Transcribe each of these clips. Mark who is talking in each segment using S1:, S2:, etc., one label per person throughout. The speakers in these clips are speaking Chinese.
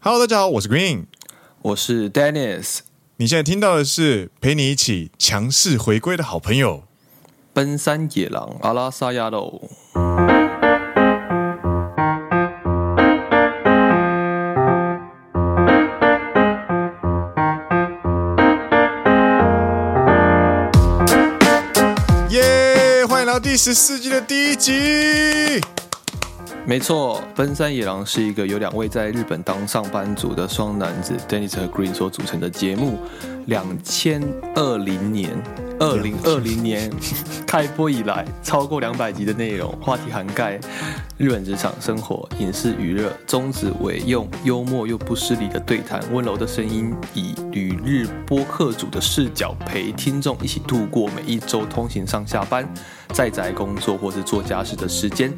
S1: Hello，大家好，我是 Green。
S2: 我是 Dennis，
S1: 你现在听到的是陪你一起强势回归的好朋友。
S2: 奔山野狼阿拉萨亚喽。
S1: 耶、欢迎来到第十四季的第一集。
S2: 没错，奔山野狼是一个由两位在日本当上班族的双男子 Dennis 和 Green 所组成的节目。两千二零年，二零二零年开播以来，超过两百集的内容，话题涵盖日本职场生活、影视娱乐，宗旨为用幽默又不失礼的对谈，温柔的声音，以旅日播客组的视角陪听众一起度过每一周通行上下班、在宅工作或是做家事的时间。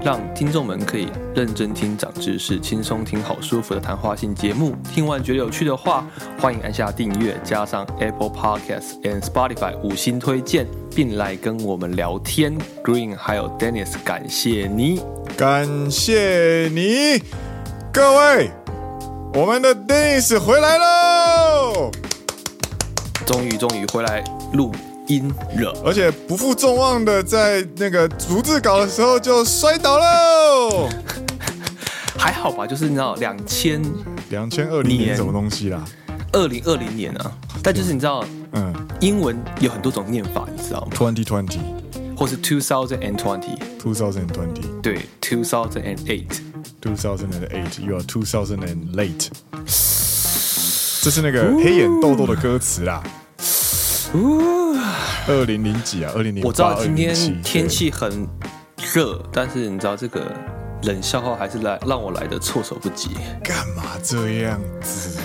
S2: 让听众们可以认真听、长知识、轻松听、好舒服的谈话性节目。听完觉得有趣的话，欢迎按下订阅，加上 Apple Podcasts and Spotify 五星推荐，并来跟我们聊天。Green 还有 Dennis，感谢你。
S1: 感谢你，各位，我们的 Dennis 回来喽，
S2: 终于终于回来录音了，
S1: 而且不负众望的，在那个逐字稿的时候就摔倒喽。
S2: 还好吧？就是你知道，两千
S1: 两千二零
S2: 你
S1: 年
S2: 耶
S1: 什么东西啦？
S2: 二零二零年啊，但就是你知道，
S1: 嗯
S2: 英文有很多种念法，你知道吗？
S1: ，twenty twenty
S2: 或是 two thousand and twenty，
S1: two thousand twenty
S2: 对，two thousand and eight。
S1: two thousand and eight you are two thousand and late。这是那个黑眼豆豆的歌词啦。
S2: 呜
S1: 二零零几啊？二零零
S2: 我知道今天天。
S1: 2007对
S2: 气很热，但是你知道这个冷笑话还是来让我来的措手不及。
S1: 干嘛这样子？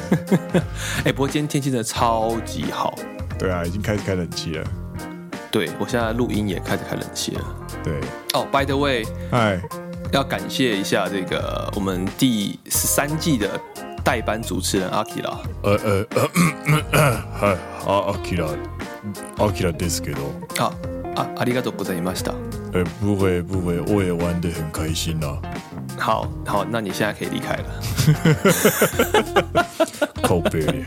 S2: 哎、不过今天天气真的超级好，
S1: 对啊，已经开始开冷气了。
S2: 对我现在录音也开始开冷气了。
S1: 对，
S2: 哦、b y the way，
S1: 哎，
S2: 要感谢一下这个我们第十三季的代班主持人阿 k 啦。
S1: 呃呃呃，呃 あ、アキラ、アキラですけど、
S2: 啊啊，ありがとうございました。
S1: 呃，不会不会，我也玩得很开心啊啦、
S2: 好好，那你现在可以离开了。
S1: 靠背。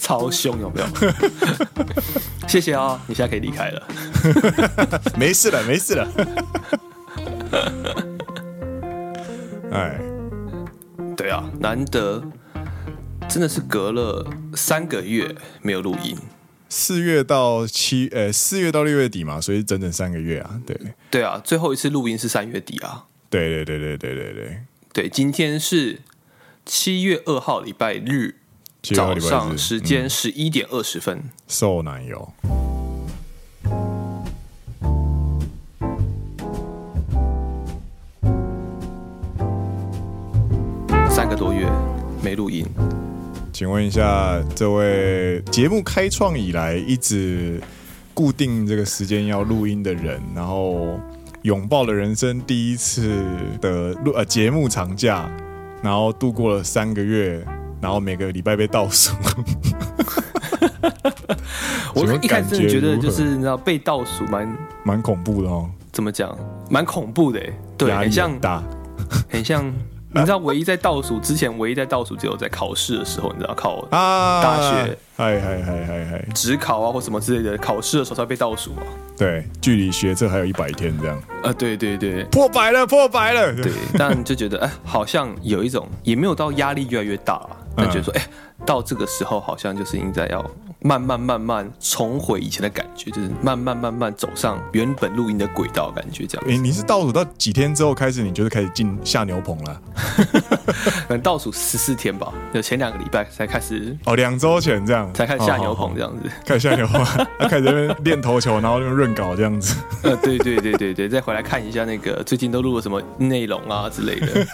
S2: 超凶有没有？ 谢谢啊、你现在可以离开了。
S1: 没事了，没事 了。哎，
S2: 对啊，难得真的是隔了三个月没有录音。
S1: 四月到七，呃，四月到六月底嘛，所以整整三个月啊。对，
S2: 对啊，最后一次录音是三月底啊。
S1: 对对对对对对对。
S2: 对，今天是七月二号礼拜日
S1: 七月二嗯
S2: 早
S1: 礼拜
S2: 上
S1: 日
S2: 时间十一点二十分。
S1: 受奶油。
S2: 三个多月没录音。
S1: 请问一下，这位节目开创以来一直固定这个时间要录音的人，然后拥抱了人生第一次的录呃节目长假，然后度过了三个月，然后每个礼拜被倒数，
S2: 我
S1: 请问
S2: 一开始真的觉得
S1: 感觉如何
S2: 就是你知道被倒数蛮
S1: 蛮恐怖的哦，
S2: 怎么讲，蛮恐怖的欸。对，
S1: 压
S2: 很
S1: 力
S2: 像
S1: 很大。
S2: 很像。你知道，唯一在倒数之前，唯一在倒数只有在考试的时候，你知道考
S1: 啊，
S2: 大学，
S1: 嗨嗨嗨嗨嗨，
S2: 职考啊或什么之类的，考试的时候才被倒数嘛。
S1: 对，距离学测还有一百天这样，
S2: 啊，对对对
S1: 破百了，破百了，对
S2: 对，但就觉得哎，好像有一种也没有到压力越来越大啊，但觉得说哎，到这个时候好像就是应该要慢慢慢慢重回以前的感觉，就是慢慢慢慢走上原本录音的轨道，感觉这样。
S1: 你你是倒数到几天之后开始，你就是开始进下牛棚了？
S2: 可能倒数十四天吧，就前两个礼拜才开始
S1: 哦，两周前这样
S2: 才开始下牛
S1: 哦好好
S2: 棚这样子。
S1: 开始下牛棚， 他开始在那边练头球，然后那边润稿这样子。
S2: 呃，对对对对对，再回来看一下那个最近都录了什么内容啊之类的。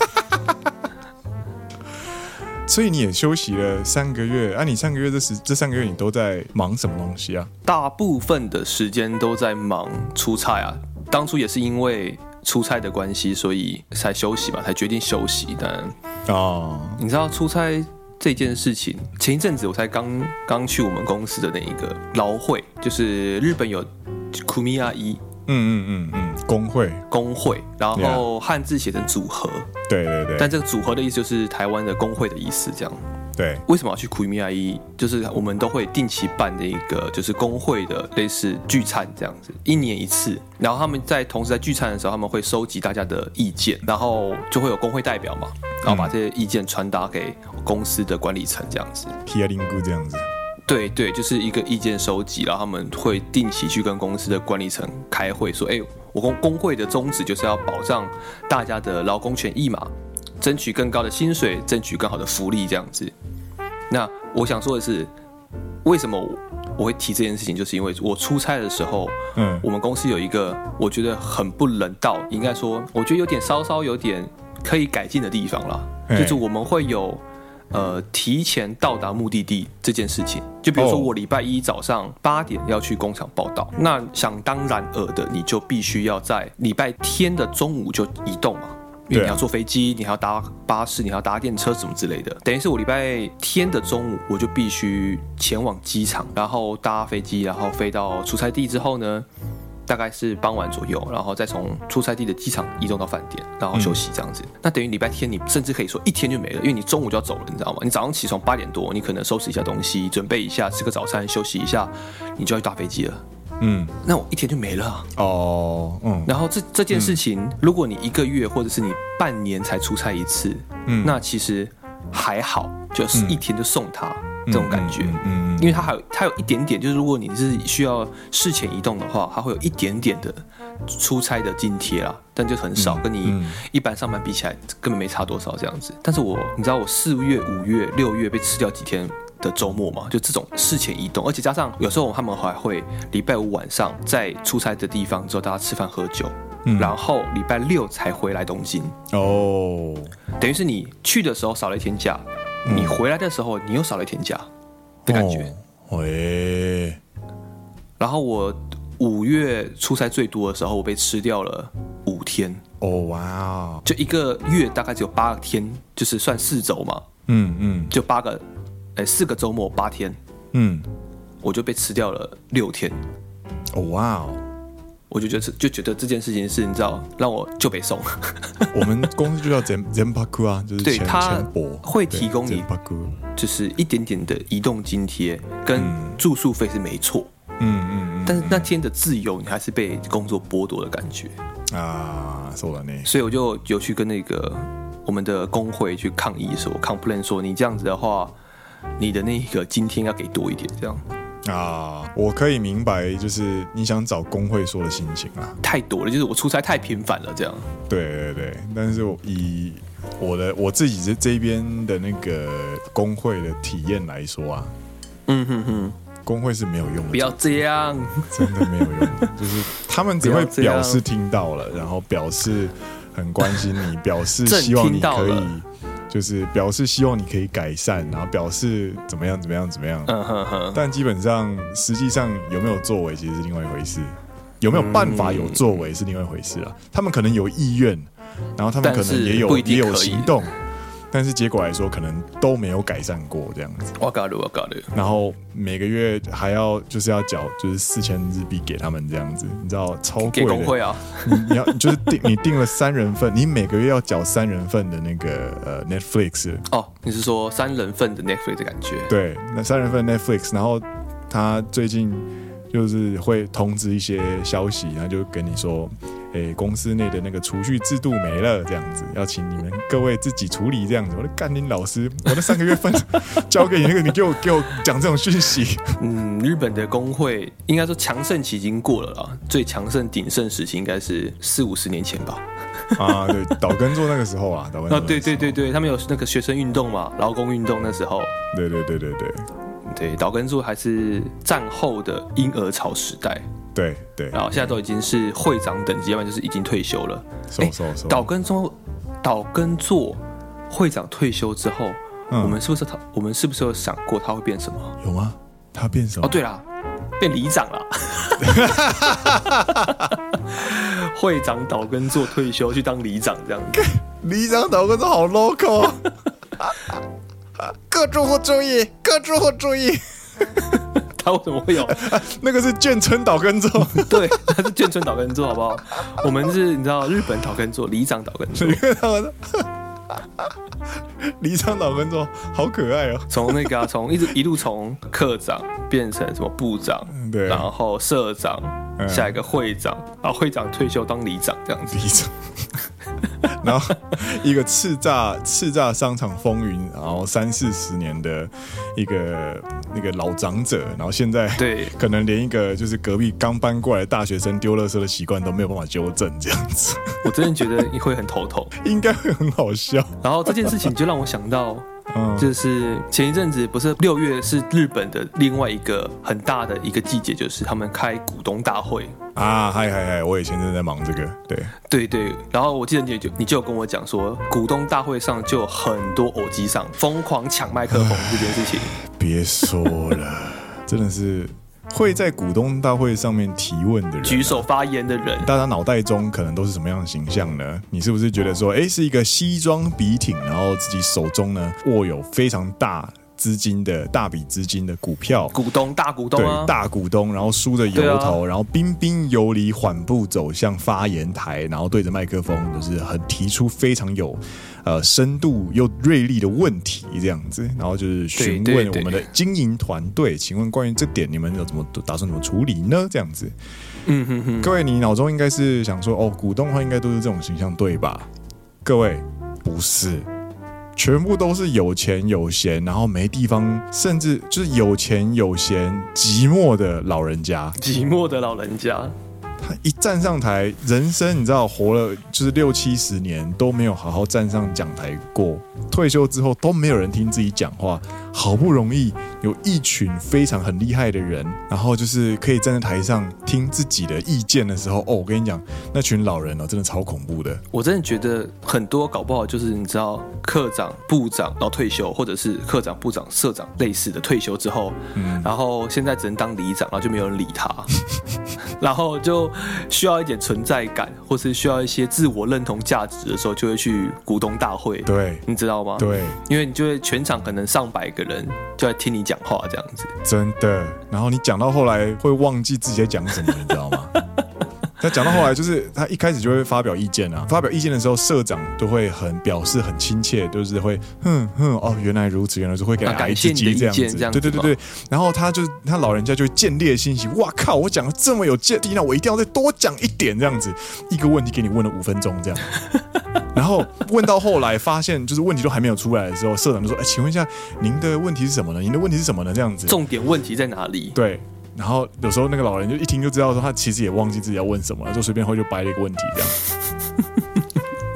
S1: 所以你也休息了三个月，啊，你上个月这十这三个月你都在忙什么东西啊？
S2: 大部分的时间都在忙出差啊。当初也是因为出差的关系，所以才休息嘛，才决定休息。但
S1: 哦，
S2: 你知道出差这件事情，前一阵子我才刚刚去我们公司的那一个劳会，就是日本有 Kumiya 一，
S1: 嗯嗯嗯嗯，工会，
S2: 工会，然后汉字写成组合，
S1: 对对对
S2: 但这个组合的意思就是台湾的工会的意思，这样。
S1: 对，
S2: 为什么要去苦米亚伊？就是我们都会定期办的一个，就是工会的类似聚餐这样子，一年一次。然后他们在同时在聚餐的时候，他们会收集大家的意见，然后就会有工会代表嘛，然后把这些意见传达给公司的管理层这样子。
S1: 皮亚林姑这样子，
S2: 对对，就是一个意见收集，然后他们会定期去跟公司的管理层开会，说，哎，我工工会的宗旨就是要保障大家的劳工权益嘛，争取更高的薪水，争取更好的福利这样子。那我想说的是，为什么我我会提这件事情，就是因为我出差的时候，
S1: 嗯
S2: 我们公司有一个我觉得很不人道，应该说我觉得有点稍稍有点可以改进的地方啦，
S1: 嘿
S2: 就是我们会有呃提前到达目的地这件事情。就比如说
S1: 哦
S2: 我礼拜一早上八点要去工厂报道，那想当然尔的你就必须要在礼拜天的中午就移动嘛。因
S1: 对
S2: 为
S1: 啊
S2: 你要坐飞机，你还要搭巴士，你还要搭电车什么之类的。等于是我礼拜天的中午，我就必须前往机场，然后搭飞机，然后飞到出差地之后呢，大概是傍晚左右，然后再从出差地的机场移动到饭店，然后休息这样
S1: 嗯
S2: 子。那等于礼拜天你甚至可以说一天就没了，因为你中午就要走了，你知道吗？你早上起床八点多，你可能收拾一下东西，准备一下吃个早餐，休息一下，你就要去搭飞机了。
S1: 嗯
S2: 那我一天就没了啊、
S1: 哦嗯
S2: 然后这这件事情，如果你一个月或者是你半年才出差一次，
S1: 嗯
S2: 那其实还好，就是一天就送他、这种感觉。
S1: 嗯嗯
S2: 因为它还有它有一点点，就是如果你是需要事前移动的话，它会有一点点的出差的津贴啦，但就很少，跟你一般上班比起来根本没差多少这样子。但是我你知道我四月、五月、六月被吃掉几天。的周末嘛，就这种事前移动，而且加上有时候他们还会礼拜五晚上在出差的地方之后，大家吃饭喝酒，然后礼拜六才回来东京，
S1: 哦
S2: 等于是你去的时候少了一天假，你回来的时候你又少了一天假的感觉。
S1: 哦，喂，
S2: 然后我五月出差最多的时候，我被吃掉了五天，
S1: 哦哇哦，
S2: 就一个月大概只有八天，就是算四周嘛，
S1: 嗯嗯
S2: 就八个，哎，四个周末八天，
S1: 嗯，
S2: 我就被吃掉了六天，
S1: 哦哇哦，
S2: 我就觉得是就觉得这件事情是你知道让我就被送，
S1: 我们公司就叫 Zen Zen Baku 啊，就是
S2: 对
S1: 钱
S2: 它
S1: 钱博
S2: 会提供你
S1: Zen Baku，
S2: 就是一点点的移动津贴跟住宿费是没错，
S1: 嗯嗯
S2: 但是那天的自由你还是被工作剥夺的感觉。
S1: 嗯啊，そうだね，
S2: 所以我就有去跟那个我们的工会去抗议说，complain 说你这样子的话，你的那个津贴要给多一点，这样
S1: 啊，我可以明白，就是你想找工会说的心情啊。
S2: 太多了，就是我出差太频繁了，这样。
S1: 对对对，但是我以我的我自己这这边的那个工会的体验来说啊，
S2: 嗯哼哼，
S1: 工会是没有用
S2: 不
S1: 的，
S2: 要这样。
S1: 真的没有用的，就是他们只
S2: 不要
S1: 会
S2: 这样
S1: 表示听到了，然后表示很关心你，表示
S2: 朕
S1: 希望
S2: 听
S1: 你
S2: 到
S1: 可以
S2: 了，
S1: 就是表示希望你可以改善，然后表示怎么样怎么样怎么样，
S2: 嗯哼哼，
S1: 但基本上实际上有没有作为其实是另外一回事，有没有办法有作为是另外一回事啊。他们可能有意愿，然后他们可
S2: 嗯但是
S1: 能也有
S2: 不一定
S1: 也
S2: 可以
S1: 有行动，但是结果来说可能都没有改善过这样子。
S2: 我搞了，我搞了。
S1: 然后每个月还要就是要缴就是四千日币给他们这样子，你知道超贵
S2: 给工
S1: 的。
S2: 会啊，
S1: 你你要就是定你定了三人份，你每个月要缴三人份的那个呃 Netflix
S2: 哦，你是说三人份的 Netflix 的感觉？
S1: 对，那三人份 Netflix，然后他最近就是会通知一些消息，然后就跟你说，诶、公司内的那个储蓄制度没了，这样子，要请你们各位自己处理这样子。我的干林老师，我那三个月份 交给你那个，你给我给我讲这种讯息，
S2: 嗯，日本的工会应该说强盛期已经过了啦，最强盛鼎盛时期应该是四五十年前吧。
S1: 啊，对，岛根做那个时候啊，岛根
S2: 啊，
S1: 做那个
S2: 对对
S1: 时候
S2: 对对，他们有那个学生运动嘛，劳工运动那时候，
S1: 啊对对对对对
S2: 对，岛根座还是战后的婴儿潮时代，
S1: 对对，
S2: 然后现在都已经是会长等级，要不然就是已经退休了。
S1: 收收收，
S2: 岛根座，岛根座会长退休之后，
S1: 嗯
S2: 我们是不是他？我们是不是有想过他会变什么？
S1: 有吗？他变什么？
S2: 哦，对啦，变里长啦。 会长岛根座退休去当里长这样子，
S1: 里长岛根都好 local，啊 各住户注意，各住户注意。
S2: 他为什么会有？
S1: 那个是眷村岛根座，
S2: 对，他是眷村岛根座，好不好？我们是，你知道日本岛根座、里长岛根座
S1: 你，看他们，离场岛根座好可爱哦。
S2: 从那个啊，从一直一路从课长变成什么部长，
S1: 对
S2: 然后社长，
S1: 嗯
S2: 下一个会长，然后会长退休当里长这样子。
S1: 离场， 然后一个叱咤叱咤商场风云，然后三四十年的一个那个老长者，然后现在
S2: 对
S1: 可能连一个就是隔壁刚搬过来的大学生丢垃圾的习惯都没有办法纠正，这样子
S2: 我真的觉得你会很头痛。
S1: 应该会很好笑。
S2: 然后这件事情就让我想到，
S1: 嗯，
S2: 就是前一阵子不是六月是日本的另外一个很大的一个季节，就是他们开股东大会。
S1: 啊，嗨嗨嗨，我以前正在忙这个，对，
S2: 对对，然后我记得你就你就有跟我讲说，股东大会上就有很多偶机上疯狂抢麦克风这件事情。
S1: 别说了， 真的是会在股东大会上面提问的人，
S2: 举手发言的人，
S1: 大家脑袋中可能都是什么样的形象呢？你是不是觉得说，诶，是一个西装笔挺，然后自己手中呢握有非常大资金的大笔资金的股票？
S2: 股东大股东
S1: 对
S2: 啊，
S1: 大股东，然后梳着油头，然后彬彬有礼，缓步走向发言台，然后对着麦克风，就是很提出非常有呃深度又锐利的问题这样子，然后就是询
S2: 对对
S1: 问
S2: 对
S1: 我们的经营团队，请问关于这点你们有怎么打算怎么处理呢？这样子，
S2: 嗯哼哼，
S1: 各位，你脑中应该是想说，哦，股东会应该都是这种形象对吧？各位，不是，全部都是有钱有闲，然后没地方，甚至就是有钱有闲、寂寞的老人家。
S2: 寂寞的老人家，
S1: 他一站上台，人生你知道活了就是六七十年都没有好好站上讲台过，退休之后都没有人听自己讲话，好不容易有一群非常很厉害的人，然后就是可以站在台上听自己的意见的时候，哦，我跟你讲，那群老人哦，真的超恐怖的，
S2: 我真的觉得很多搞不好就是你知道，科长、部长然后退休，或者是科长、部长、社长类似的退休之后，
S1: 嗯
S2: 然后现在只能当里长，然后就没有人理他，然后就需要一点存在感，或是需要一些自我认同价值的时候，就会去股东大会，
S1: 对
S2: 你知道吗？，
S1: 对，
S2: 因为你就会全场可能上百个人就在听你讲话这样子，
S1: 真的。然后你讲到后来会忘记自己在讲什么，你知道吗？他讲到后来，就是他一开始就会发表意见啊。发表意见的时候，社长都会很表示很亲切，就是会哼哼哦，原来如此，原来如此，会给他
S2: 啊感
S1: 打一
S2: 谢
S1: 只
S2: 你的
S1: 鸡这样
S2: 意见
S1: 子。
S2: 这样子
S1: 对对对对。然后他就他老人家就会见猎心喜，哇靠，我讲的这么有见地，那我一定要再多讲一点这样子。一个问题给你问了五分钟这样。然后问到后来，发现就是问题都还没有出来的时候，社长就说：“哎，请问一下，您的问题是什么呢？您的问题是什么呢？”这样子，
S2: 重点问题在哪里？
S1: 对，然后有时候那个老人就一听就知道说他其实也忘记自己要问什么了，就随便会就掰了一个问题 这样。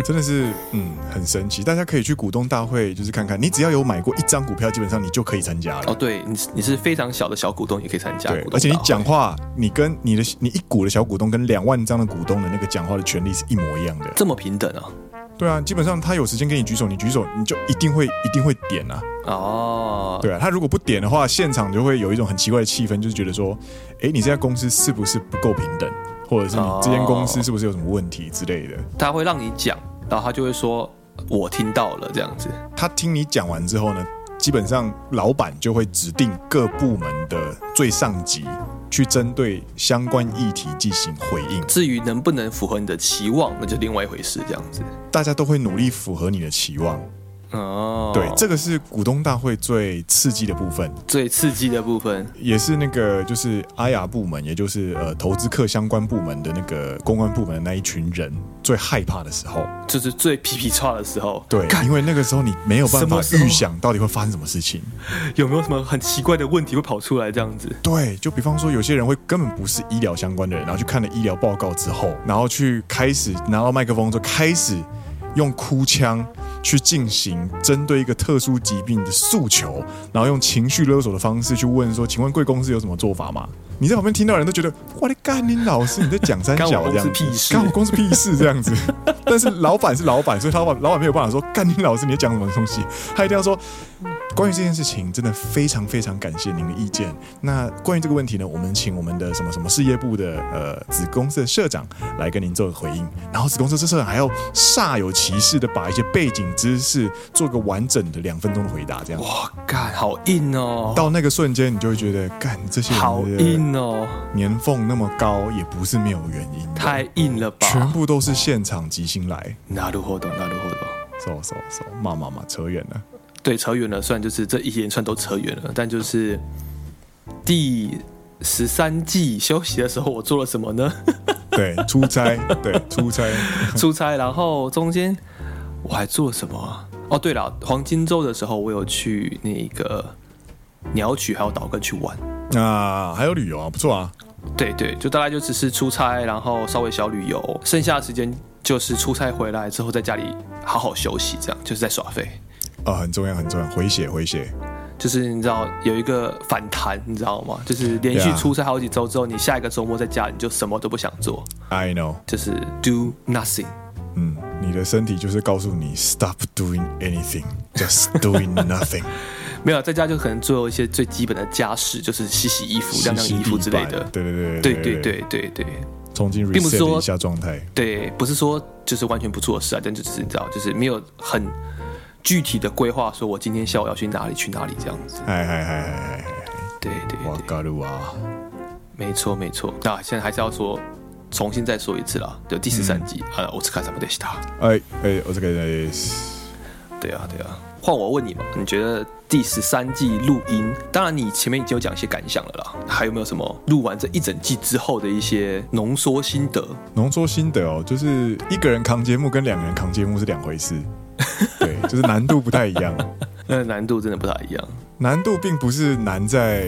S1: 真的是，嗯，很神奇。大家可以去股东大会，就是看看，你只要有买过一张股票，基本上你就可以参加了。
S2: 哦，对，你是你是非常小的小股东也可以参加
S1: 对
S2: 股东大会，，
S1: 而且你讲话，你跟你的你一股的小股东跟两万张的股东的那个讲话的权利是一模一样的。
S2: 这么平等啊？
S1: 对啊，基本上他有时间给你举手，你举手你就一定会一定会点啊。
S2: 哦，
S1: 对啊，他如果不点的话，现场就会有一种很奇怪的气氛，就是觉得说，哎，你这家公司是不是不够平等，或者是你
S2: 哦
S1: 这间公司是不是有什么问题之类的。
S2: 他会让你讲，然后他就会说我听到了这样子。
S1: 他听你讲完之后呢，基本上老板就会指定各部门的最上级去针对相关议题进行回应，
S2: 至于能不能符合你的期望，那就另外一回事这样子。
S1: 大家都会努力符合你的期望。
S2: 哦，
S1: 对，这个是股东大会最刺激的部分。
S2: 最刺激的部分，
S1: 也是那个就是 IR 部门，也就是呃投资客相关部门的那个公关部门的那一群人最害怕的时候。
S2: 就是最皮皮叉的时候。
S1: 对，因为那个时候你没有办
S2: 什
S1: 法
S2: 么时候
S1: 预想到底会发生什么事情。
S2: 有没有什么很奇怪的问题会跑出来这样子？
S1: 对，就比方说有些人会根本不是医疗相关的人，然后去看了医疗报告之后，然后去开始拿到麦克风之后，开始用哭腔去进行针对一个特殊疾病的诉求，然后用情绪勒索的方式去问说：“请问贵公司有什么做法吗？”你在旁边听到的人都觉得：“我的干你老师，你在讲三
S2: 干我
S1: 角
S2: 公
S1: 这样
S2: 司
S1: 子，
S2: 屁事
S1: 干我公司屁事这样子。” 但是老板是老板，所以他老板老板没有办法说：“干你老师，你在讲什么东西？”他一定要说：“关于这件事情，真的非常非常感谢您的意见。那关于这个问题呢，我们请我们的什么什么事业部的呃子公司的社长来跟您做个回应。然后子公司社长还要煞有其事的把一些背景知识做个完整的两分钟的回答，这样
S2: 哇，干好硬哦，
S1: 到那个瞬间，你就会觉得，干这些
S2: 好
S1: 人的
S2: 硬哦，
S1: 年俸那么高，也不是没有原因的，
S2: 太硬了吧？
S1: 全部都是现场即兴来。
S2: なるほど，なるほど。
S1: 走走走，骂骂骂，扯远了。
S2: 对，扯远了，虽然就是这一连串都扯远了，但就是第十三季休息的时候，我做了什么呢？
S1: 对，出差，对，出差。
S2: 出差，然后中间我还做了什么啊？哦，对了，黄金周的时候，我有去那个鸟取还有岛根去玩。
S1: 啊，还有旅游啊，不错啊。
S2: 对对，就大概就只是出差，然后稍微小旅游，剩下的时间就是出差回来之后，在家里好好休息，这样就是在耍废。
S1: 啊，很重要，很重要，回血，回血。
S2: 就是你知道有一个反弹，你知道吗？就是连续
S1: Yeah
S2: 出差好几周之后，你下一个周末在家，你就什么都不想做，
S1: I know，
S2: 就是 do nothing。
S1: 嗯，你的身体就是告诉你，stop doing anything，just doing nothing，
S2: 没有，在家就可能做一些最基本的家事，就是洗洗衣服、晾晾衣服之类的。
S1: 对对对
S2: 对
S1: 对
S2: 对，对对对
S1: 重新
S2: 并不是
S1: reset
S2: 说
S1: 一下状态。
S2: 对，不是说就是完全不做的事啊，但就只是你知道，就是没有很具体的规划，说我今天下午要去哪里去哪里这样子。
S1: 嗨嗨嗨嗨嗨，
S2: 对对
S1: 哇
S2: 对，
S1: 嘎鲁啊！
S2: 没错没错。那现在还是要说，重新再说一次啦，就第十三集、啊，我是看什么的西达。
S1: 哎哎，我这个
S2: 对啊，对啊。换我问你嘛，你觉得第十三季录音，当然你前面已经有讲一些感想了啦，还有没有什么录完这一整季之后的一些浓缩心得？
S1: 浓缩心得哦，就是一个人扛节目跟两个人扛节目是两回事，对，就是难度不太一样。
S2: 那难度真的不太一样。
S1: 难度并不是难在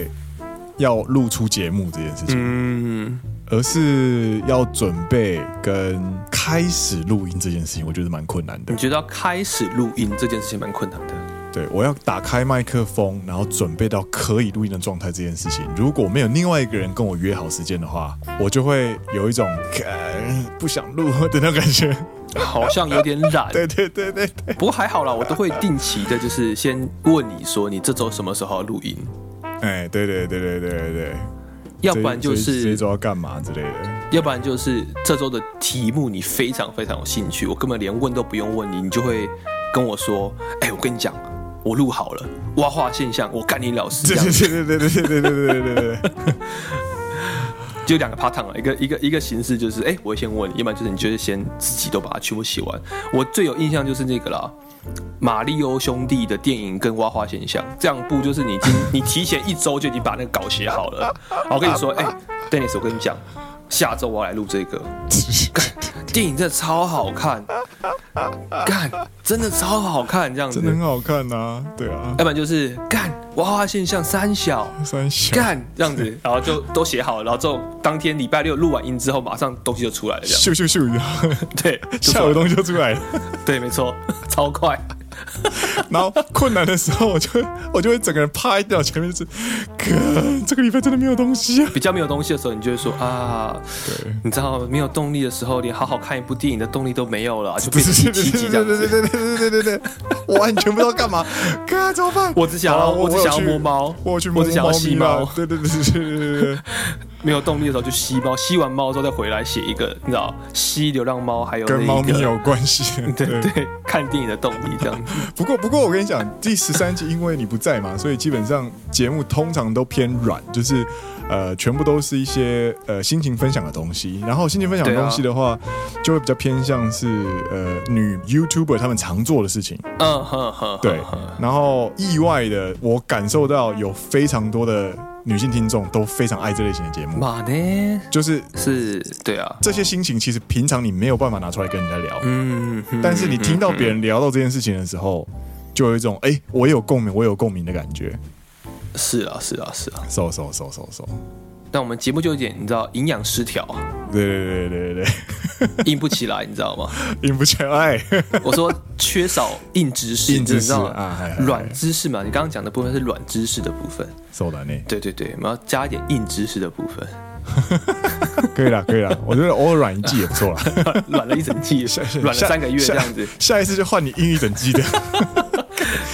S1: 要录出节目这件事情，
S2: 嗯，
S1: 而是要准备跟开始录音这件事情，我觉得蛮困难的
S2: 你。觉得要开始录音这件事情蛮困难的。
S1: 对我要打开麦克风，然后准备到可以录音的状态这件事情，如果没有另外一个人跟我约好时间的话，我就会有一种干不想录的那种感觉。
S2: 好像有点 懒，
S1: 对对对对对，
S2: 不过还好啦，我都会定期的，就是先问你说你这周什么时候要录音，
S1: 哎，对对对对对对对，
S2: 要不然就
S1: 这这这
S2: 是
S1: 一周要干嘛之类的。
S2: 要不然就是这周的题目你非常非常有兴趣，我根本连问都不用问你，你就会跟我说：“哎、我跟你讲，我录好了，挖化现象，我干你老师。”这
S1: 对
S2: 样
S1: 对对对对对对对对对对对。
S2: 就两个 part 了，一个一个一个形式就是：哎、我会先问你，要不然就是你就是先自己都把它全部写完。我最有印象就是那个啦。马里欧兄弟的电影跟挖花现象这两部，就是你已经 你提前一周就已经把那个稿写好了。然后我跟你说，哎、d e n n i s 我跟你讲，下周我要来录这个， 电影真的超好看，干，真的超好看，这样子
S1: 真的。很好看呐、对啊，
S2: 要不然就是干娃娃现象三小
S1: 三小
S2: 干 这样子，然后就都写好了，然后之后当天礼拜六录完音之后，马上东西就出来 了，这样
S1: 咻咻咻，
S2: 对，就出
S1: 下
S2: 来
S1: 午
S2: 了
S1: 东西就出来了。
S2: 对，没错， 超快。
S1: 然后困难的时候，我就会我就会整个人趴掉前面是，哥，这个礼拜真的没有东西啊。
S2: 比较没有东西的时候，你就会说啊，
S1: 对，
S2: 你知道没有动力的时候，连好好看一部电影的动力都没有了，就
S1: 不
S2: 变成
S1: 是，
S2: 第
S1: 对
S2: 七集这
S1: 对
S2: 样
S1: 对对
S2: 子。
S1: 对对对对对对，我完全不知道干嘛，哥怎么办？
S2: 我只想要，我只想要摸猫，
S1: 我去摸啊
S2: 只想要吸猫。
S1: 对对对对对对，
S2: 没有动力的时候就吸猫，吸完猫之后再回来写一个，你知道，吸流浪猫还有
S1: 跟
S2: 那
S1: 猫咪
S2: 个
S1: 有关系。
S2: 对对， 看电影的动力这样子。
S1: 不过，不过我跟你讲，第十三季因为你不在嘛，所以基本上节目通常都偏软，就是呃，全部都是一些呃心情分享的东西。然后心情分享的东西的话，就会比较偏向是呃女 YouTuber 她们常做的事情。
S2: 嗯哼哼，
S1: 对
S2: 哼哼，
S1: 然后意外的，我感受到有非常多的女性听众都非常爱这类型的节目，
S2: 马呢
S1: 就是
S2: 是，对啊，
S1: 这些心情其实平常你没有办法拿出来跟人家聊。
S2: 嗯，哼
S1: 但是你听到别
S2: 嗯
S1: 人聊到这件事情的时候，就有一种哎、我有共鸣，我有共鸣的感觉。
S2: 是啊是啊是啊，
S1: 收收收收收，
S2: 但我们节目就有点你知道营养失调，啊
S1: 对对对对对
S2: 硬不起来，你知道 吗？
S1: 对，硬不哎起来，
S2: 我说缺少硬知识，
S1: 硬知识
S2: 你知道
S1: 啊哎哎
S2: 吗？
S1: 哎
S2: 软知识嘛，你刚刚讲的部分是软知识的部分，
S1: 收了呢，
S2: 对对对，我们要加一点硬知识的部分，
S1: 可以了可以了，我觉得偶尔软一季也不错 啦。
S2: 软了一整季，软了三个月这样子。
S1: 下，下一次就换你硬一整季的。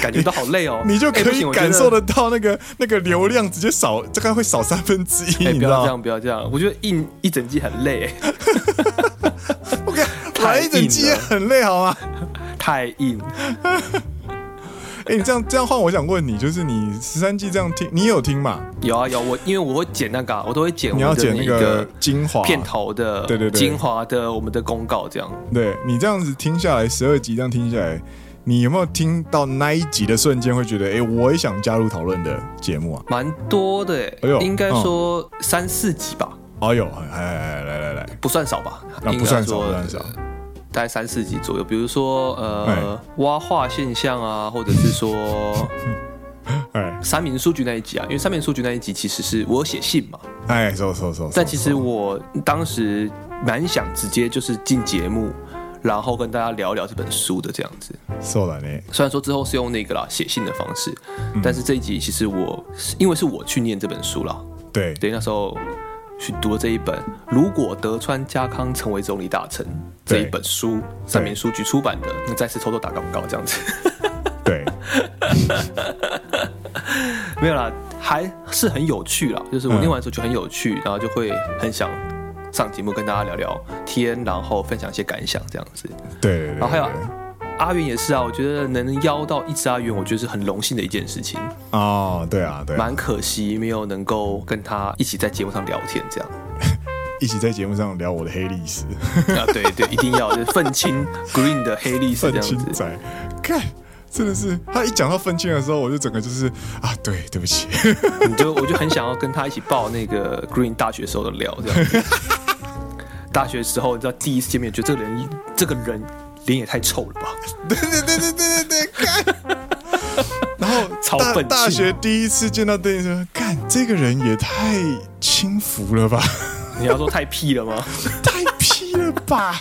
S2: 感觉都好累哦。
S1: 你就
S2: 哎
S1: 可
S2: 不
S1: 以
S2: 行我觉
S1: 感受
S2: 得
S1: 得到那个那个流量直接少，大概会少三分之一，
S2: 哎、
S1: 你
S2: 不
S1: 知
S2: 要
S1: 道
S2: 这
S1: 吗
S2: 样，不要这样，我觉得印一整季很累、
S1: ？OK，来一
S2: 太
S1: 整
S2: 硬
S1: 季也
S2: 了
S1: 很累，好吗？
S2: 太硬。
S1: 哎、你这样这样换，我想问你，就是你十三季这样听，你有听嘛？
S2: 有啊有，我因为我会剪那个啊、我都会剪
S1: 你
S2: 我
S1: 要
S2: 们的
S1: 剪
S2: 那
S1: 那
S2: 个
S1: 个精华
S2: 片头的，
S1: 对对对
S2: 精华的我们的公告这样。
S1: 对你这样子听下来，十二集这样听下来，你有没有听到那一集的瞬间会觉得，哎、我也想加入讨论的节目啊？
S2: 蛮多的欸、
S1: 哎呦
S2: 应该说三四集吧，
S1: 哦呦，哎哎哎，来来来，
S2: 不算少吧，
S1: 那
S2: 应
S1: 啊不
S2: 该
S1: 算少，
S2: 说
S1: 不算少。
S2: 大概三四集左右。比如说呃，蛙化现象啊，或者是说
S1: 哎
S2: 三民书局那一集啊，因为三民书局那一集其实是我有写信嘛，
S1: 哎，收收收。
S2: 但其实我当时蛮想直接就是进节目。然后跟大家聊一聊这本书的这样子，
S1: 收了呢，
S2: 虽然说之后是用那个啦写信的方式，但是这一集其实我因为是我去念这本书啦，
S1: 对，
S2: 对，那时候去读了这一本《如果德川家康成为总理大臣》这
S1: 对
S2: 一本书，三民书局出版的。那再次偷偷打广告这样子，
S1: 对，
S2: 没有啦，还是很有趣啦。就是我
S1: 嗯
S2: 念完之后就很有趣，然后就会很想上节目跟大家聊聊天，然后分享一些感想这样子。
S1: 对对对。
S2: 然后哦还有
S1: 对
S2: 阿元也是啊，我觉得能邀到一只阿元，我觉得是很荣幸的一件事情，
S1: 哦，对啊，对啊，
S2: 蛮可惜没有能够跟他一起在节目上聊天这样。
S1: 一起在节目上聊我的黑历史，
S2: 啊，对对，一定要就是愤青 Green 的黑历史这
S1: 愤
S2: 样
S1: 青
S2: 子。
S1: 仔，看。真的是，他一讲到愤青的时候，我就整个就是啊，对，对不起，
S2: 你就我就很想要跟他一起爆那个 Green 大学时候的料，这样子。大学时候，你知道第一次见面，觉得这个人这个人脸也太臭了吧？
S1: 对对对对对对对，干。 然后
S2: 超
S1: 大
S2: 愤青
S1: 大学第一次见到邓医生，干这个人也太轻浮了吧，
S2: 你要说太屁了吗？
S1: 太屁了吧？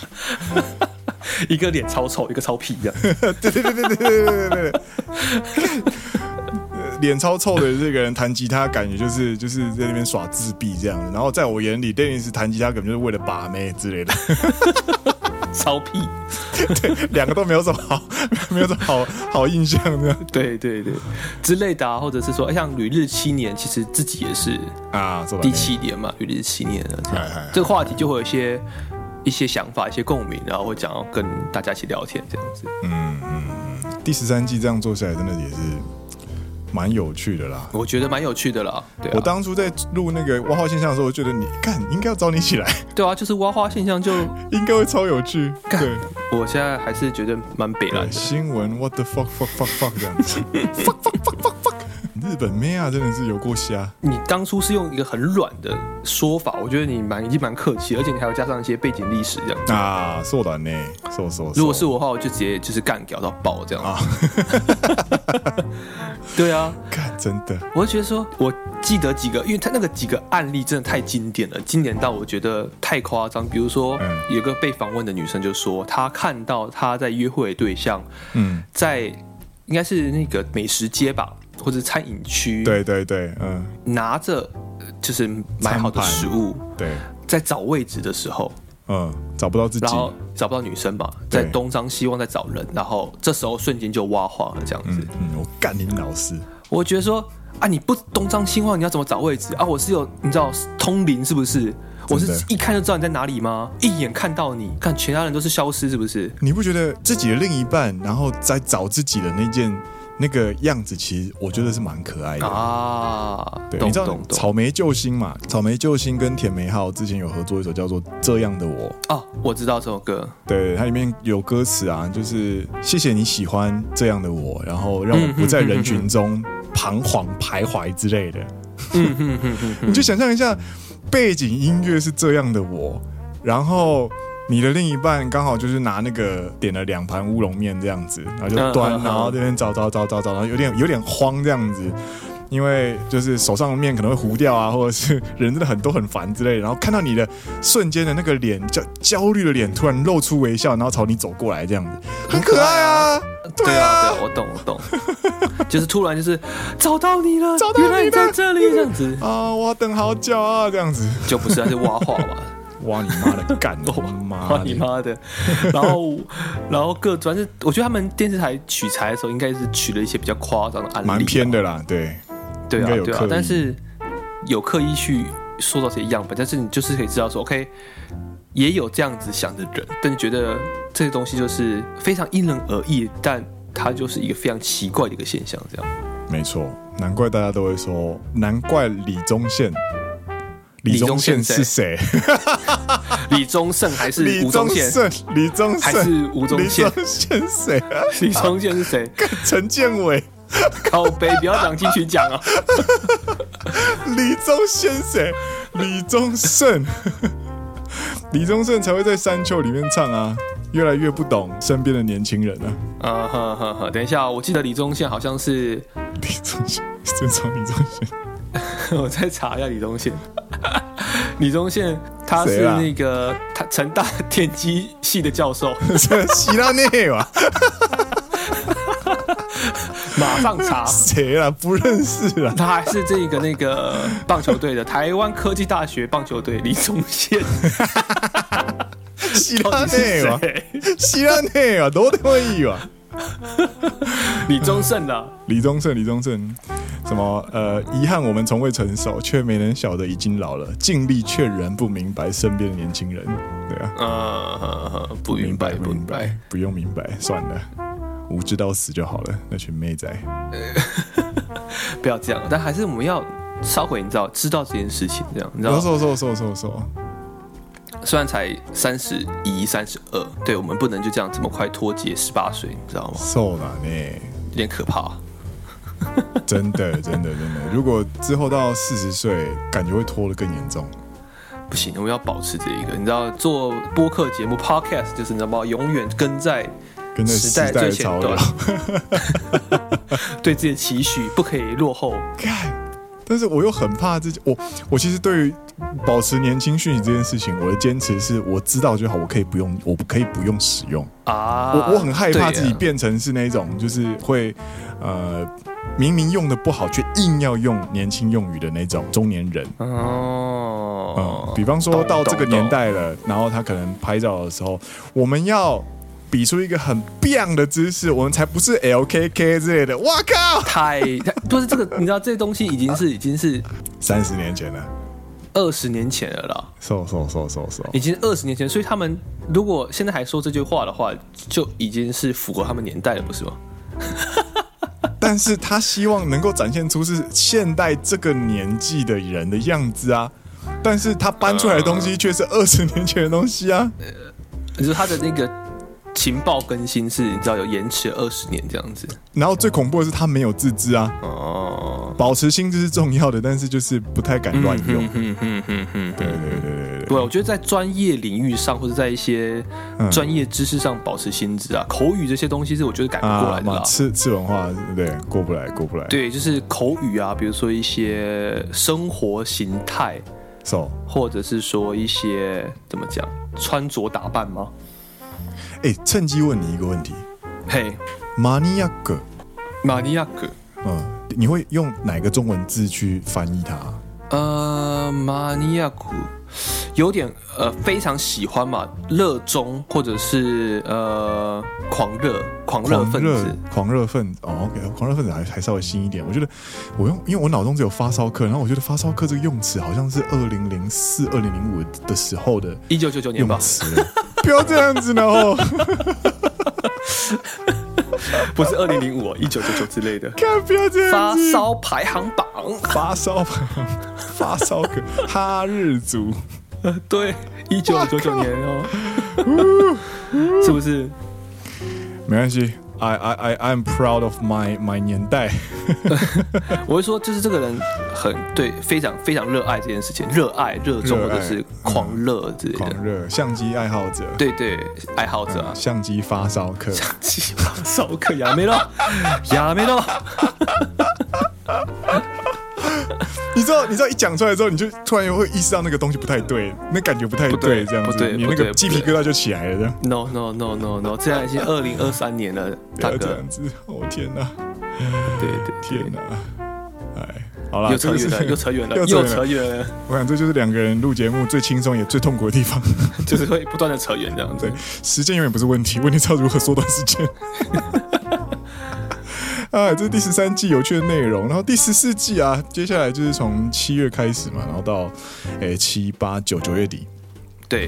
S2: 一个脸超臭，一个超屁这样。
S1: 对对对对对对对对对，干呃 脸超臭的这个人弹吉他，感觉就是就是在那边耍自闭这样子。然后在我眼里，邓医师弹吉他可能就是为了把妹之 类的，
S2: 超屁。
S1: 对，两个都没有什么好， 没有什么好好印象这样
S2: 对对对，之类的啊，或者是说，哎像旅日七年，其实自己也是
S1: 啊。是吧
S2: 第，七年嘛，旅日七年了这样。
S1: 哎哎哎
S2: 这个话题就会有一些一些想法、一些共鸣，然后会想要跟大家一起聊天这样子。
S1: 第十三季这样做下来，真的也是蛮有趣的啦。
S2: 我觉得蛮有趣的啦。对啊，
S1: 我当初在录那个挖号现象的时候，我觉得你干应该要找你一起来，
S2: 对啊，就是挖花现象就
S1: 应该会超有趣。
S2: 干
S1: 对，
S2: 我现在还是觉得蛮北蓝
S1: 对，
S2: 的。
S1: 新闻 what the fuck fuck fuck fuck 这样 子，fuck fuck fuck fuck fuck，日本妹啊真的是有过虾，
S2: 你当初是用一个很软的说法，我觉得你蛮已经蛮客气，而且你还要加上一些背景历史这样。
S1: 啊，受短呢，受受。
S2: 如果是我的话，我就直接就是干屌到爆这样。
S1: 啊
S2: 对啊，
S1: 看真的，
S2: 我就觉得说，我记得几个，因为他那个几个案例真的太经典了，经典到我觉得太夸张。比如说，
S1: 嗯
S2: 有个被访问的女生就说，她看到她在约会的对象
S1: 嗯，
S2: 在应该是那个美食街吧，或者餐饮区，
S1: 对对对，嗯，
S2: 拿着呃就是买好的
S1: 餐盘
S2: 食物，
S1: 对，
S2: 在找位置的时候，
S1: 嗯，找不到自己
S2: 然，后找不到女生嘛，在
S1: 对
S2: 东张西望在找人，然后这时候瞬间就挖花了这样子。
S1: 嗯嗯，我干你老师，
S2: 我觉得说啊，你不东张西望，你要怎么找位置啊？我是有你知道通灵是不是？我是一看就知道你在哪里吗？一眼看到你，看其他人都是消失是不是？
S1: 你不觉得自己的另一半，然后在找自己的那件那个样子，其实我觉得是蛮可爱的。
S2: 啊，
S1: 对，
S2: 懂
S1: 你知道
S2: 懂懂
S1: 草莓救星嘛？草莓救星跟田梅浩之前有合作一首叫做《这样的我》，
S2: 哦，我知道这首歌，
S1: 对，它里面有歌词啊，就是谢谢你喜欢这样的我，然后让我不在人群中彷徨徘徊之类的。
S2: 嗯
S1: 你就想象一下，背景音乐是这样的我，然后。你的另一半刚好就是拿那个点了两盘乌龙面这样子，然后就
S2: 嗯
S1: 端
S2: 嗯，嗯
S1: 然后这边找找找找找，然后有点有点慌这样子，因为就是手上的面可能会糊掉啊，或者是人真的很多很烦之类的，然后看到你的瞬间的那个脸焦焦虑的脸突然露出微笑，然后朝你走过来这 样子，很可爱啊，
S2: 对
S1: 对
S2: 啊，
S1: 啊
S2: 对啊，我懂，我懂，就是突然就是找到你了，
S1: 找到你了
S2: 原来在这里这样子，
S1: 啊，我要等好久啊这样子，
S2: 就不是，它是挖话嘛，
S1: 哇你妈的，干我
S2: 哇
S1: 妈
S2: 你
S1: 的，
S2: 妈的！然后，然后各主要是我觉得他们电视台取材的时候，应该是取了一些比较夸张的哦案例，
S1: 蛮偏，的啦，对，
S2: 对
S1: 应该
S2: 啊
S1: 有，
S2: 对
S1: 刻意，
S2: 啊但是有刻意去塑造这些样本，但是你就是可以知道说，OK，也有这样子想的人，但觉得这些东西就是非常因人而异，但它就是一个非常奇怪的一个现象，这样。
S1: 没错，难怪大家都会说，难怪李宗宪，李宗宪是谁？
S2: 李宗盛还是
S1: 李
S2: 吴宗
S1: 宗
S2: 宪？
S1: 盛，李宗
S2: 还
S1: 盛，
S2: 是吴宗宪
S1: 李？宗宪谁啊？
S2: 李宗宪是谁？
S1: 干陈建伟，
S2: 靠背，不要讲进去讲啊！
S1: 李宗宪谁？李宗盛，李宗盛才会在山丘里面唱啊！越来越不懂身边的年轻人啊！
S2: 啊呵呵呵，等一下，哦我记得李宗宪好像是，
S1: 李宗宪，正常李宗宪，
S2: 我再查一下李宗宪。 李宗宪他
S1: 谁
S2: 是
S1: 啦
S2: 那个他成大电机系的教授，
S1: 这啊希拉内吧？
S2: 马上 查。
S1: 谁啦？不认识啦！
S2: 他还是这个那个棒球队的台湾科技大学棒球队李宗 宪，
S1: 希
S2: 到
S1: 拉
S2: 底是
S1: 内吧？
S2: 谁？
S1: 希拉内吧？都得意吧？
S2: 李宗盛啊，
S1: 李宗盛，李宗盛，什么？呃，遗憾我们从未成熟，却没人晓得已经老了，尽力却仍不明白身边的年轻人。对啊，
S2: 呃，不明白，不明白。，
S1: 不用明白，算了，无知到死就好了。那群妹仔，
S2: 不要这样，但还是我们要稍微你知道知道这件事情，这样你知
S1: 说
S2: 道，
S1: 说说说说说，
S2: 虽然才三十一、三十二，对我们不能就这样这么快脱节十八岁，你知道吗？
S1: 瘦了呢，
S2: 有点可怕、
S1: 真的 真的真的，如果之后到四十岁，感觉会拖得更严重。
S2: 不行，我们要保持这一个，你知道，做播客节目 podcast 就是你知道吗？永远跟在
S1: 跟着
S2: 时
S1: 时
S2: 代
S1: 代
S2: 最
S1: 的
S2: 前
S1: 潮流
S2: 端， 对自己的期许，不可以落后。
S1: 干，但是我又很怕自己，我我其实对于保持年轻讯息这件事情，我的坚持是我知道就好，我可以不用，我可以不用使用。
S2: 啊！
S1: 我我很害怕自己
S2: 对耶
S1: 变成是那种就是会呃明明用的不好，却硬要用年轻用语的那种中年人。
S2: 哦
S1: 嗯，。比方说
S2: 懂
S1: 到这个
S2: 懂懂
S1: 年代了，然后他可能拍照的时候，我们要比出一个很 biang 的姿势，我们才不是 LKK 之类的。哇靠，
S2: 太太不是这个，你知道这东西已经是已经是
S1: 三十年前了，
S2: 二十年前了啦，
S1: 瘦瘦瘦瘦瘦，
S2: 已经二十年前，所以他们如果现在还说这句话的话，就已经是符合他们年代了，不是吗？
S1: 但是他希望能够展现出是现代这个年纪的人的样子啊。但是他搬出来的东西却是
S2: 呃
S1: 二十年前的东西啊，
S2: 就是他的那个情报更新是，你知道有延迟二十年这样子。
S1: 然后最恐怖的是他没有自知啊，
S2: 哦，
S1: 保持心智是重要的，但是就是不太敢乱用。
S2: 嗯哼哼哼
S1: 对对对对对
S2: 对，我觉得在专业领域上，或者在一些
S1: 嗯
S2: 专业知识上保持心智啊，口语这些东西是我觉得改不过来
S1: 啊
S2: 的啦
S1: 嘛，。次次文化对过不来过不来。
S2: 对，就是口语啊，比如说一些生活形态，
S1: ，so
S2: 或者是说一些怎么讲穿着打扮吗？
S1: 哎，趁机问你一个问题，
S2: 嘿，
S1: 马尼亚克，
S2: 马尼亚克，
S1: 嗯，你会用哪个中文字去翻译它？
S2: 呃，马尼亚古有点呃非常喜欢嘛，热衷或者是呃狂热狂热
S1: 狂
S2: 分子
S1: 热，狂热分子哦，OK，狂热分子还还稍微新一点。我觉得我用，因为我脑中只有发烧课，然后我觉得发烧课这个用词好像是二零零四、二零零五的时候的
S2: 一九九九年吧
S1: 用，词了， 不要这样子，然后。
S2: 不是二零零 五，一九九九之类的
S1: 看不要这
S2: 发
S1: 样子，
S2: 烧排行榜，
S1: 发烧吧， 发烧课，哈日族，
S2: 对，一九九九年哦， 是不是？
S1: 没关系，I I I I'm proud of my my 年代，
S2: 我会说，就是这个人很对，非常非常热爱这件事情，热爱、热衷
S1: 热
S2: 或
S1: 爱
S2: 者是狂热之类的。
S1: 狂热相机爱好者，
S2: 对对，爱好者啊，
S1: 相机发烧课，
S2: 鸡巴 烧客亚梅洛，亚梅洛，
S1: 你知道，你知道一讲出来之后，你就突然又会意识到那个东西不太对，那感觉不太
S2: 不对
S1: 这样
S2: 不
S1: 子，
S2: 对
S1: 你
S2: 不
S1: 那
S2: 对
S1: 个鸡皮疙瘩就起来了，这样，
S2: No no no no no，这样已经二零二三年了，
S1: 不
S2: 大
S1: 要这
S2: 哥
S1: 样，子，哦天哪，
S2: 对对
S1: 天哪，哎，好啦
S2: 又扯
S1: 这
S2: 远
S1: 个
S2: 了，
S1: 是
S2: 又啊扯远了，
S1: 又扯
S2: 又
S1: 远了
S2: 扯远了，
S1: 我想这就是两个人录节目最轻松也最痛苦的地方。
S2: 就是会不断的扯远这样子
S1: 对。时间永远不是问题，问题是要如何缩短时间。 啊，这是第十三季有趣的内容，然后第十四季啊，接下来就是从七月开始嘛，然后到诶七八九九月底。
S2: 对，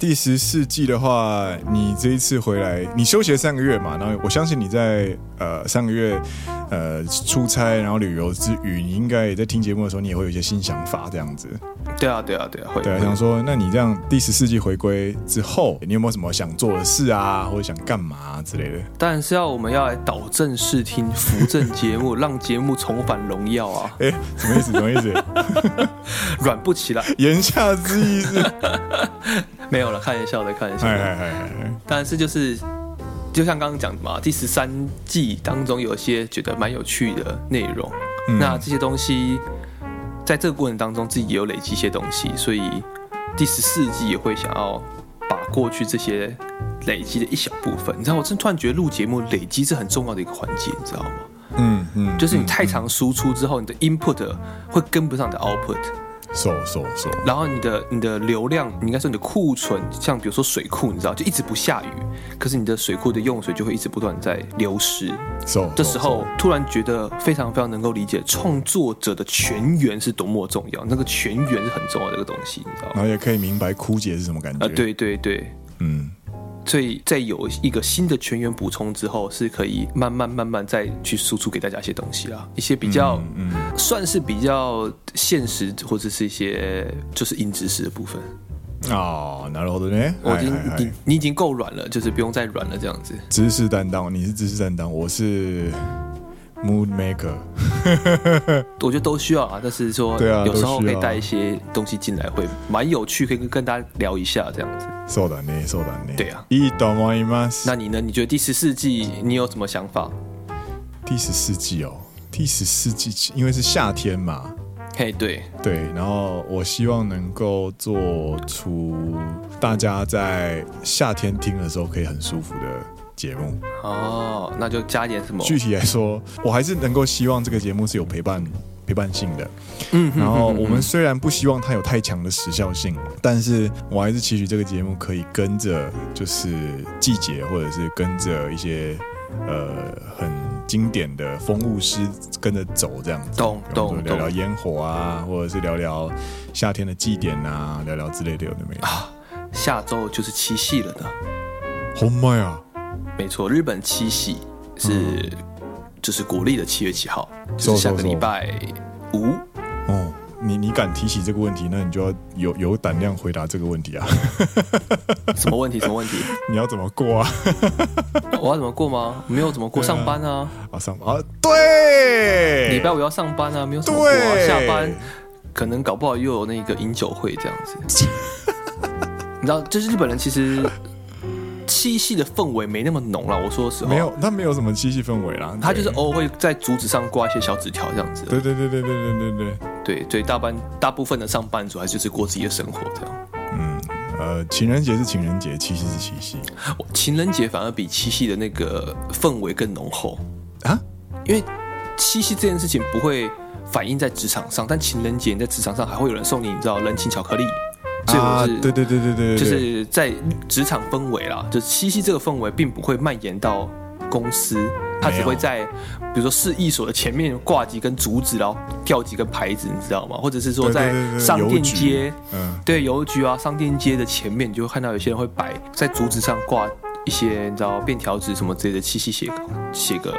S1: 第十四季的话，你这一次回来，你休息了三个月嘛，然后我相信你在呃三个月呃出差，然后旅游之余，你应该也在听节目的时候，你也会有一些新想法这样子。
S2: 对啊，对啊，对啊，会。
S1: 对啊，
S2: 会
S1: 想说，那你这样第十四季回归之后，你有没有什么想做的事啊，或者想干嘛、之类的？
S2: 当然是要我们要来导正视听、扶正节目， 让节目重返荣耀啊！
S1: 哎、什么意思？什么意思？
S2: 软不起来，
S1: 言下之意是，
S2: 没有了，开玩笑的，开玩笑
S1: 哎
S2: 的。
S1: 哎哎哎，
S2: 但是就是，就像刚刚讲的嘛，第十三季当中有些觉得蛮有趣的内容，
S1: 嗯
S2: 那这些东西在这个过程当中自己也有累积一些东西，所以第十四季也会想要把过去这些累积的一小部分。你知道，我真突然觉得录节目累积是很重要的一个环节，你知道吗？
S1: 嗯嗯，
S2: 就是你太常输出之后，你的 input 会跟不上你的 output，
S1: 手手手，
S2: 然后你的你的流量，你应该说你的库存，像比如说水库，你知道就一直不下雨，可是你的水库的用水就会一直不断在流失。
S1: 手
S2: 这时候突然觉得非常非常能够理解创作者的全员是多么重要，那个全员是很重要的一个东西，你知道吗？
S1: 然后也可以明白枯竭是什么感觉。
S2: 啊，，对对对，
S1: 嗯，
S2: 所以在有一个新的全员补充之后，是可以慢慢慢慢再去输出给大家一些东西啊，一些比较、
S1: 嗯
S2: 算是比较现实或者是一些就是硬知识的部分。
S1: 哦，なるほどね。
S2: 我已经
S1: 哎哎哎
S2: 你你已经够软了，就是不用再软了这样子。
S1: 知识担当，你是知识担当，我是 mood maker。
S2: 我觉得都需要啊，但是说
S1: 对啊
S2: 有时候
S1: 都需
S2: 可
S1: 要
S2: 以带一些东西进来，会蛮有趣，可以跟跟大家聊一下这样子。
S1: そうだね、そうだね。
S2: 对啊
S1: いいと思います。
S2: 那你呢？你觉得第十四季你有什么想法？
S1: 第十四季哦，第十四季因为是夏天嘛，
S2: 嘿，对，
S1: 对，然后我希望能够做出大家在夏天听的时候可以很舒服的节目。
S2: 哦，那就加点什么？
S1: 具体来说，我还是能够希望这个节目是有陪伴陪伴性的。
S2: 嗯，
S1: 然后我们虽然不希望它有太强的时效性，但是我还是期许这个节目可以跟着就是季节，或者是跟着一些呃很经典的风物诗跟着走这样子。
S2: 懂
S1: 比方说
S2: 懂
S1: 聊聊
S2: 懂。
S1: 烟火啊，或者是聊聊夏天的祭典啊，聊聊之类的有的没
S2: 啊
S1: 有。
S2: 下周就是七夕了呢。
S1: 好卖啊！
S2: 没错，日本七夕是、
S1: 嗯
S2: 就是国历的七月七号，
S1: 是
S2: 就是下个
S1: 是是
S2: 礼拜五。
S1: 哦，你你敢提起这个问题，那你就要有有胆量回答这个问题啊！
S2: 什么问题？什么 问题？
S1: 你要怎么过啊？
S2: 我要怎么过吗？没有怎么过，
S1: 对啊
S2: 上班啊，
S1: 啊上啊，对，
S2: 礼拜五要上班啊，没有什么过啊，
S1: 对
S2: 下班可能搞不好又有那个饮酒会这样子。 你知道，就是日本人其实七夕的氛围没那么浓了。我说实话，
S1: 没，有，他没有什么七夕氛围啦，
S2: 他就是
S1: 对
S2: 偶尔会在竹子上挂一些小纸条这样子。
S1: 对对对对对对对对，
S2: 对对，大半大部分的上班族还是就是过自己的生活这样。
S1: 嗯，呃，情人节是情人节，七夕是七夕
S2: 我情人节反而比七夕的那个氛围更浓厚，
S1: 啊，
S2: 因为七夕这件事情不会反映在职场上，但情人节你在职场上还会有人送你，你知道人情巧克力，所以我
S1: 啊，
S2: 是、
S1: 对对对对对，对
S2: 就是在职场氛围啦，就是七夕这个氛围并不会蔓延到公司，它
S1: 没
S2: 只
S1: 有
S2: 会在比如说市役所的前面挂几根竹子，然后吊几根牌子，你知道吗？或者是说
S1: 对对
S2: 在
S1: 对对
S2: 商
S1: 邮
S2: 店
S1: 局
S2: 街，
S1: 嗯，
S2: 对邮局啊、商店街的前面，你就会看到有些人会摆在竹子上挂一些你知道便条纸什么之类的，七夕写写个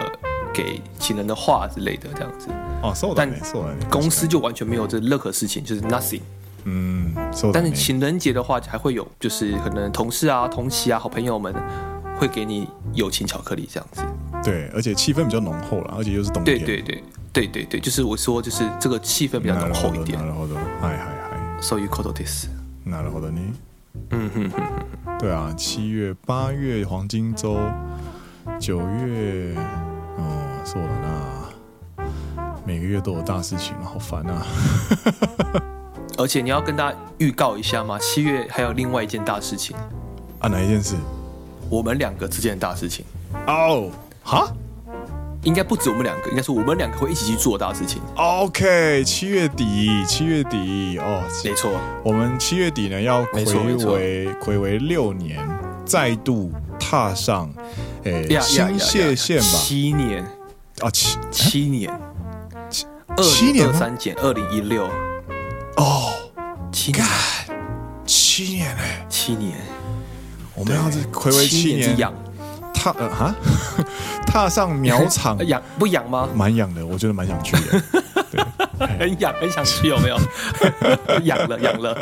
S2: 给情人的话之类的这样子。
S1: 哦，そうだ
S2: 但
S1: ね、そうだね，
S2: 公司就完全没有这任何事情，就是 nothing。
S1: 嗯，そうだ
S2: 但是
S1: ね，
S2: 情人节的话，还会有就是可能同事啊、同期啊、好朋友们会给你友情巧克力这样子。
S1: 对，而且气氛比较浓厚啦，而且又是冬
S2: 对
S1: 天，
S2: 对对对对对，就是我说就是这个气氛比较
S1: な
S2: 浓
S1: るほ
S2: 厚
S1: ど，
S2: 一点
S1: な。るほど，嗨嗨嗨，
S2: So you call this？
S1: なるほどね，
S2: 嗯哼哼，
S1: 对啊，七月、八月黄金周，九月，哦，そうだな。每个月都有大事情，好烦啊！
S2: 而且你要跟大家预告一下嘛，七月还有另外一件大事情，
S1: 啊，哪一件事？
S2: 我们两个之间的大事情。
S1: 哦，哈，
S2: 应该不止我们两个，应该是我们两个会一起去做大事情。
S1: OK，七月底，七月底哦，
S2: 没错，
S1: 我们七月底呢要
S2: 没错没
S1: 回
S2: 错
S1: 为回为六年，再度踏上诶
S2: 呀呀呀
S1: 新
S2: 呀
S1: 界线吧？
S2: 七年，
S1: 啊，七
S2: 七年，二
S1: 七年
S2: 二
S1: 吗
S2: 三减二零一六，
S1: 哦，
S2: 七年，
S1: 七年哎、
S2: 七年，
S1: 我们要是回为七
S2: 年
S1: 年
S2: 之痒，，
S1: 踏呃哈， 踏上苗场
S2: 痒不痒吗？
S1: 蛮痒的，我觉得蛮想去 的。
S2: 很痒，很想去，有没 有？痒了，痒了，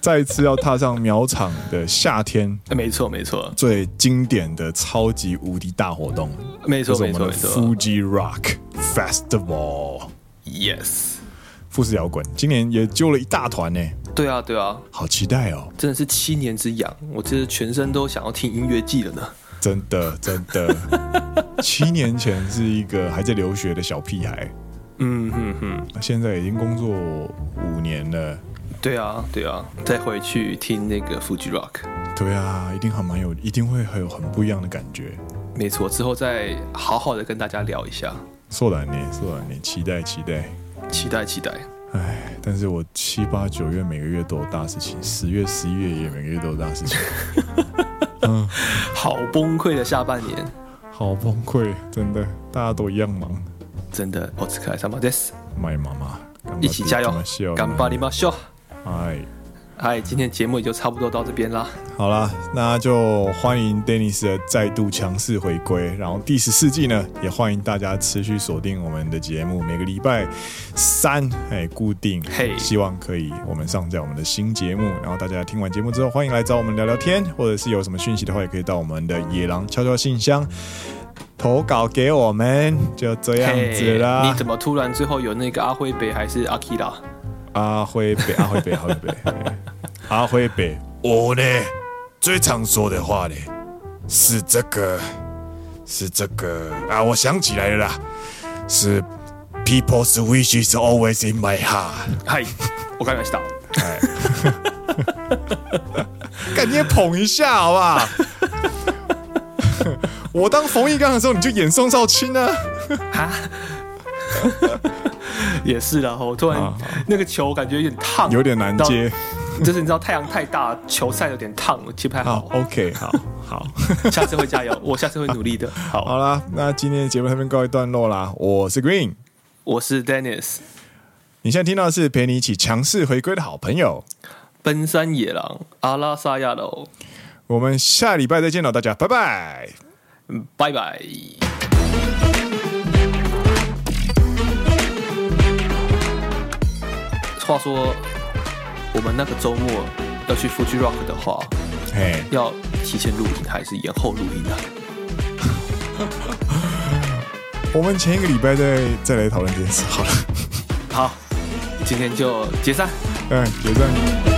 S1: 再一次要踏上苗场的夏天，
S2: 哎没错，没错，
S1: 最经典的超级无敌大活动，
S2: 没
S1: 就
S2: 错，
S1: 是我
S2: 没
S1: 们
S2: 错，
S1: 的
S2: 没错
S1: Fuji Rock Festival
S2: ，yes，
S1: 富士摇滚，今年也揪了一大团呢、
S2: 对啊，对啊，
S1: 好期待哦！
S2: 真的是七年之痒，我真是全身都想要听音乐季了呢。
S1: 真的真的， 七年前是一个还在留学的小屁孩，
S2: 嗯哼哼，
S1: 现在已经工作五年了。
S2: 对啊，对啊，再回去听那个 Fuji Rock。
S1: 对啊，一定很蛮有，一定会很有很不一样的感觉。
S2: 没错，之后再好好的跟大家聊一下，
S1: 硕然呢，硕然呢，期待期待。
S2: 期待期待。
S1: 唉，但是我七八九月每个月都有大事情，十月十一月也每个月都有大事 情，
S2: 好崩溃的下半年，
S1: 好崩溃，真的，大家都一样忙。
S2: 真的，我只看什么 this，
S1: 麦妈妈，干嘛
S2: 一起加油
S1: 干嘛笑，呢
S2: 干巴里马秀。
S1: 哎，
S2: 嗨，今天节目也就差不多到这边啦。
S1: 好啦，那就欢迎 Dennis 的再度强势回归。然后第十四季呢，也欢迎大家持续锁定我们的节目，每个礼拜三哎固定，
S2: 嘿
S1: 希望可以我们上架我们的新节目。然后大家听完节目之后，欢迎来找我们聊聊天，或者是有什么讯息的话，也可以到我们的野狼悄悄信箱投稿给我们。就这样子
S2: 嘿你
S1: 啦
S2: 怎，么突然最后有那个阿辉北还是阿 k i r a
S1: 阿辉北，阿辉 北，阿辉北，哎阿辉北，哦我呢最常说的话呢是这个，是这个啊，我想起来了啦，是 People's wish is always in my heart。
S2: 嗨，我刚才知道。
S1: 哎， 赶紧捧一下好不好？我当冯一刚的时候，你就演宋少卿啊。
S2: 哈，也是啦，我突然、
S1: 啊
S2: 那个球感觉有点烫，
S1: 有点难接
S2: 你知道，就是 你知道太阳太大，球赛有点烫，我接不太
S1: 好
S2: 好。
S1: ，OK，好好。
S2: 下次会加油，我下次会努力的。好，
S1: 好啦，那今天的节目这边告一段落啦。我是 Green，
S2: 我是 Dennis，
S1: 你现在听到的是陪你一起强势回归的好朋友。
S2: 奔山野狼阿拉萨亚楼，
S1: 我们下礼拜再见了，大家拜拜。
S2: 拜拜。话说，我们那个周末要去 Fuji Rock 的话，
S1: 嘿，
S2: 要提前录音还是延后录音啊？
S1: 我们前一个礼拜再再来讨论这件事好了。
S2: 好，今天就解散。
S1: 嗯，解散。